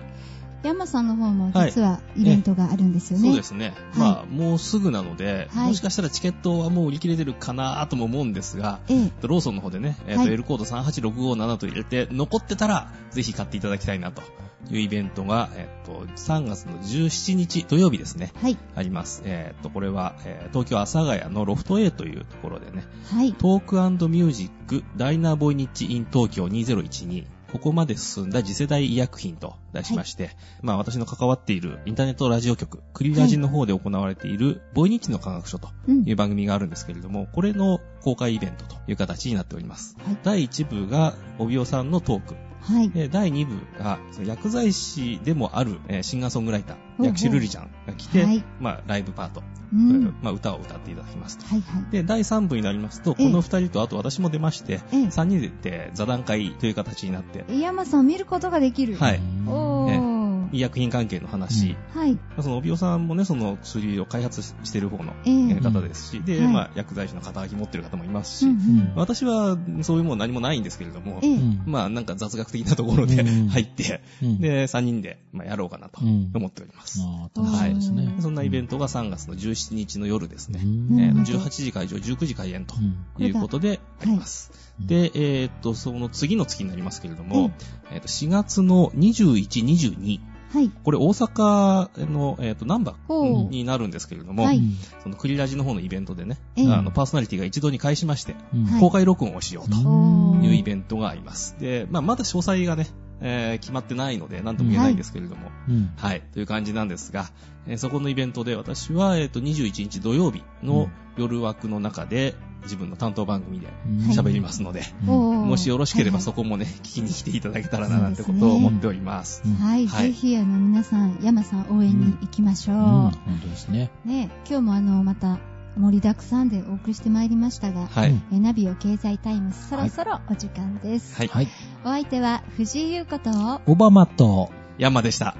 Speaker 1: 山さんの方も実はイベントがあるんですよね。
Speaker 2: そうですね。
Speaker 1: い
Speaker 2: まあ、もうすぐなので、
Speaker 1: はい
Speaker 2: もしかしたらチケットはもう売り切れてるかなとも思うんですが、
Speaker 1: ええ
Speaker 2: ローソンの方でね、えっ、
Speaker 1: は
Speaker 2: と、
Speaker 1: い
Speaker 2: L コード38657と入れて、残ってたら、ぜひ買っていただきたいなというイベントが、えっ、と、3月の17日土曜日ですね、
Speaker 1: はい。
Speaker 2: あります。えっ、と、これは、えー東京阿佐ヶ谷のロフト A というところでね、
Speaker 1: はい。
Speaker 2: トークミュージックダイナーボイニッチイン東京2012ここまで進んだ次世代医薬品と題しまして、まあ私の関わっているインターネットラジオ局、クリラジンの方で行われているボイニッチの科学書と
Speaker 1: うん
Speaker 2: いう番組があるんですけれども、これの公開イベントという形になっております。
Speaker 1: はい
Speaker 2: 第1部が帯尾さんのトーク、
Speaker 1: はい。
Speaker 2: で第2部がその薬剤師でもあるえーシンガーソングライタ
Speaker 1: ほうほう
Speaker 2: ー、薬師瑠璃ちゃんが来て、
Speaker 1: はい
Speaker 2: まあライブパート、
Speaker 1: うん。
Speaker 2: まあ歌を歌っていただきますと。
Speaker 1: はいはい。
Speaker 2: で、第3部になりますと、
Speaker 1: ええ
Speaker 2: この2人と、あと私も出まして、
Speaker 1: ええ
Speaker 2: 3人で出て座談会という形になって、
Speaker 1: え山さんを見ることができる。
Speaker 2: はい
Speaker 1: おー。
Speaker 2: 医薬品関係の話、
Speaker 1: はい。
Speaker 2: その、おびおさんもね、その薬を開発ししてる方の
Speaker 1: ええ
Speaker 2: えー方ですし、で、
Speaker 1: はい
Speaker 2: まあ、薬剤師の肩書き持ってる方もいます
Speaker 1: うん
Speaker 2: し、
Speaker 1: うん
Speaker 2: 私は、そういうもの何もないんですけれども、
Speaker 1: ええ
Speaker 4: うん
Speaker 2: まあ、なんか雑学的なところで
Speaker 4: う ん
Speaker 2: 入って、
Speaker 4: うん
Speaker 2: で、3人で、まあ、やろうかなと
Speaker 4: うん
Speaker 2: 思っております。
Speaker 4: ああ、楽しみですね
Speaker 1: は。
Speaker 2: そんなイベントが3月の17日の夜です
Speaker 4: う
Speaker 2: ね。
Speaker 4: ん
Speaker 2: えー
Speaker 1: うん
Speaker 2: 18時会場、19時開演と
Speaker 4: うん
Speaker 2: いうことであります。
Speaker 4: うん
Speaker 2: で、えーっと、その次の月になりますけれど
Speaker 1: う
Speaker 2: も
Speaker 1: ん、
Speaker 2: えーっと4月の21、22、
Speaker 1: はい。
Speaker 2: これ大阪の、えーっと、難波
Speaker 1: ほう
Speaker 2: になるんですけれども、
Speaker 1: はい
Speaker 2: そのクリラジの方のイベントでね、
Speaker 1: ええ
Speaker 2: あの、パーソナリティが一堂に会しまして、
Speaker 4: うん
Speaker 1: はい
Speaker 2: 公開録音をしようと
Speaker 1: おー
Speaker 2: いうイベントがあります。で、まあ、まだ詳細がね、えー決まってないので、なんとも言えないんですけれども、
Speaker 4: うん
Speaker 2: はい、という感じなんですが、えーそこのイベントで私は、えーっと、21日土曜日の夜枠の中で、自分の担当番組で喋りますので、
Speaker 4: うん
Speaker 1: おー
Speaker 2: もしよろしければ
Speaker 1: はい
Speaker 2: そこもね、聞きに来ていただけたら
Speaker 1: そ
Speaker 2: な
Speaker 1: う
Speaker 2: な
Speaker 1: で
Speaker 2: ん
Speaker 1: す
Speaker 2: て
Speaker 1: ね
Speaker 2: ことを思っております。
Speaker 4: うん
Speaker 1: はい、
Speaker 2: はい
Speaker 1: ぜひあの皆さん、山さん応援に行きましょう。
Speaker 4: うん本当ですね。
Speaker 1: ね、今日もあのまた盛りだくさんでお送りしてまいりましたが、
Speaker 2: はい。
Speaker 4: うん
Speaker 1: えナビオ経済タイムズそろそろお時間です。
Speaker 2: はい。
Speaker 4: はい。
Speaker 1: お相手は藤井優子と、
Speaker 4: オバマと、
Speaker 2: ヤンマでした。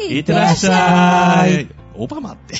Speaker 1: い
Speaker 2: いってらっしゃい。オバマって。